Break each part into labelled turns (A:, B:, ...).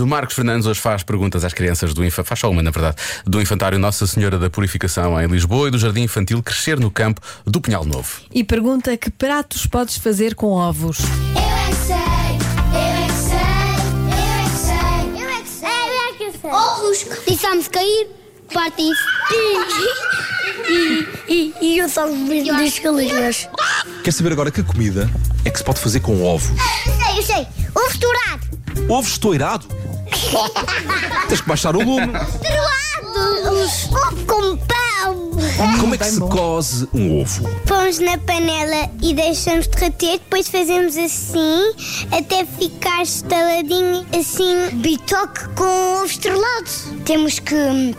A: O Marcos Fernandes hoje faz perguntas às crianças do Infa, faz só uma, na verdade, do Infantário Nossa Senhora da Purificação em Lisboa e do Jardim Infantil Crescer no Campo do Pinhal Novo.
B: E pergunta que pratos podes fazer com ovos.
C: Eu é que sei, eu é que sei, eu é que sei, eu é que sei, eu é que sei. Ovos, deixámos cair, partem-se.
D: E, e eu só me das galinhas.
E: Quer saber agora que comida é que se pode fazer com ovos?
C: Eu sei, eu sei, ovo dourado.
E: Ovo estourado? Tens que baixar o lume.
C: Dourado! Ovo com pão.
E: Como é que se coze um ovo?
C: Pomos na panela e deixamos derreter, depois fazemos assim até ficar estaladinho, assim, bitoque com ovo estrelado. Temos que hum,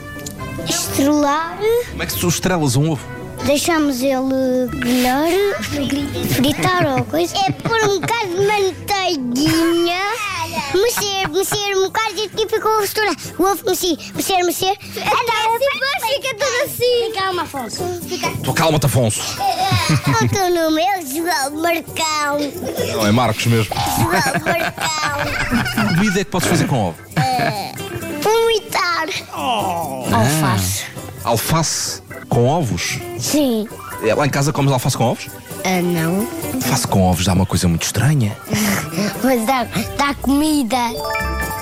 C: estrelar.
E: Como é que se tu estrelas um ovo?
C: Deixamos ele grelhar, fritar ou coisa. É pôr um bocado de manteiguinha, mexer, mexer um bocado e aqui ficou a mistura. O ovo mexer, mexer, mexer. Até assim, fica tudo assim. Fica uma foto.
E: Tu calma-te, Afonso.
C: Qual o teu nome? É João Marcão.
E: Não, é Marcos mesmo.
C: João Marcão. Um
E: Que comida é que podes fazer com ovo?
C: Vomitar. Oh.
B: Alface.
E: Alface com ovos?
C: Sim.
E: É, Lá em casa comes alface com ovos?
C: Ah, não.
E: Alface com ovos dá uma coisa muito estranha.
C: Mas dá, dá comida.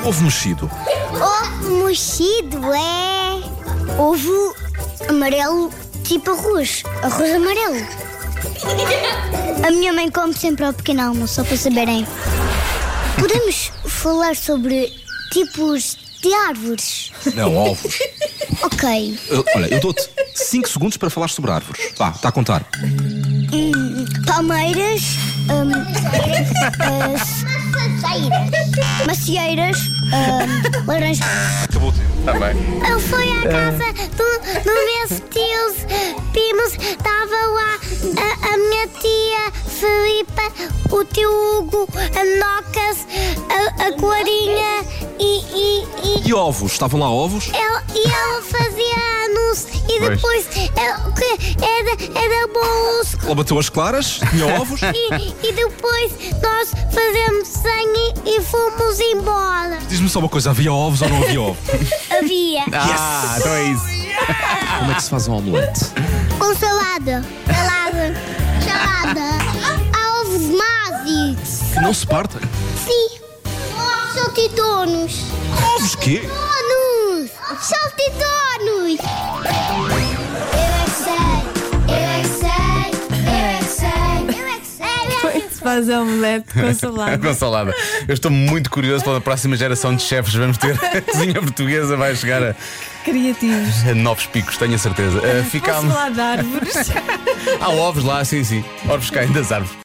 E: Ovo mexido.
C: Ovo mexido é ovo amarelo tipo arroz. Arroz amarelo. A minha mãe come sempre ao pequeno almoço, só para saberem. Podemos falar sobre tipos de árvores?
E: Não, ovos.
C: Ok.
E: Eu- olha, eu dou-te 5 segundos para falar sobre árvores. Vá, está a contar.
C: Hum, palmeiras. hum, eh, s- Macieiras. hum, laranjas.
E: Acabou o tempo. tá
C: Eu fui à casa do, do meus tios primos, estava lá a, a minha tia Filipa, o tio Hugo, a Nocas, a, a Clarinha e, e, e,
E: E ovos? Estavam lá ovos?
C: ele, e ele fazia anos e
A: Pois.
C: depois ele- o quê? era, era bolos
E: Ela bateu as claras, tinha ovos.
C: e, e depois nós fazemos sangue e fomos embora.
E: Diz-me só uma coisa, havia ovos ou não havia ovos?
C: Havia
A: Ah, então é isso.
E: Como é que se faz um omelete?
C: com um salada. Salada. Salada. Há ovos mágicos.
E: Que não se partem.
C: Sim. Saltitonos.
E: Ovos quê?
C: Saltitonos. Saltitonos. Eu é que sei. Eu é que sei. Eu é que sei. Eu é que sei.
B: Se faz a omelete com salada.
A: Com salada. Eu estou muito curioso pela próxima geração de chefes que vamos ter. A cozinha portuguesa vai chegar a,
B: Criativos.
A: a novos picos, tenho a certeza. Ah,
B: Posso
A: ficámos.
B: falar de árvores?
A: Há ovos lá, sim, sim. Ovos caem das árvores.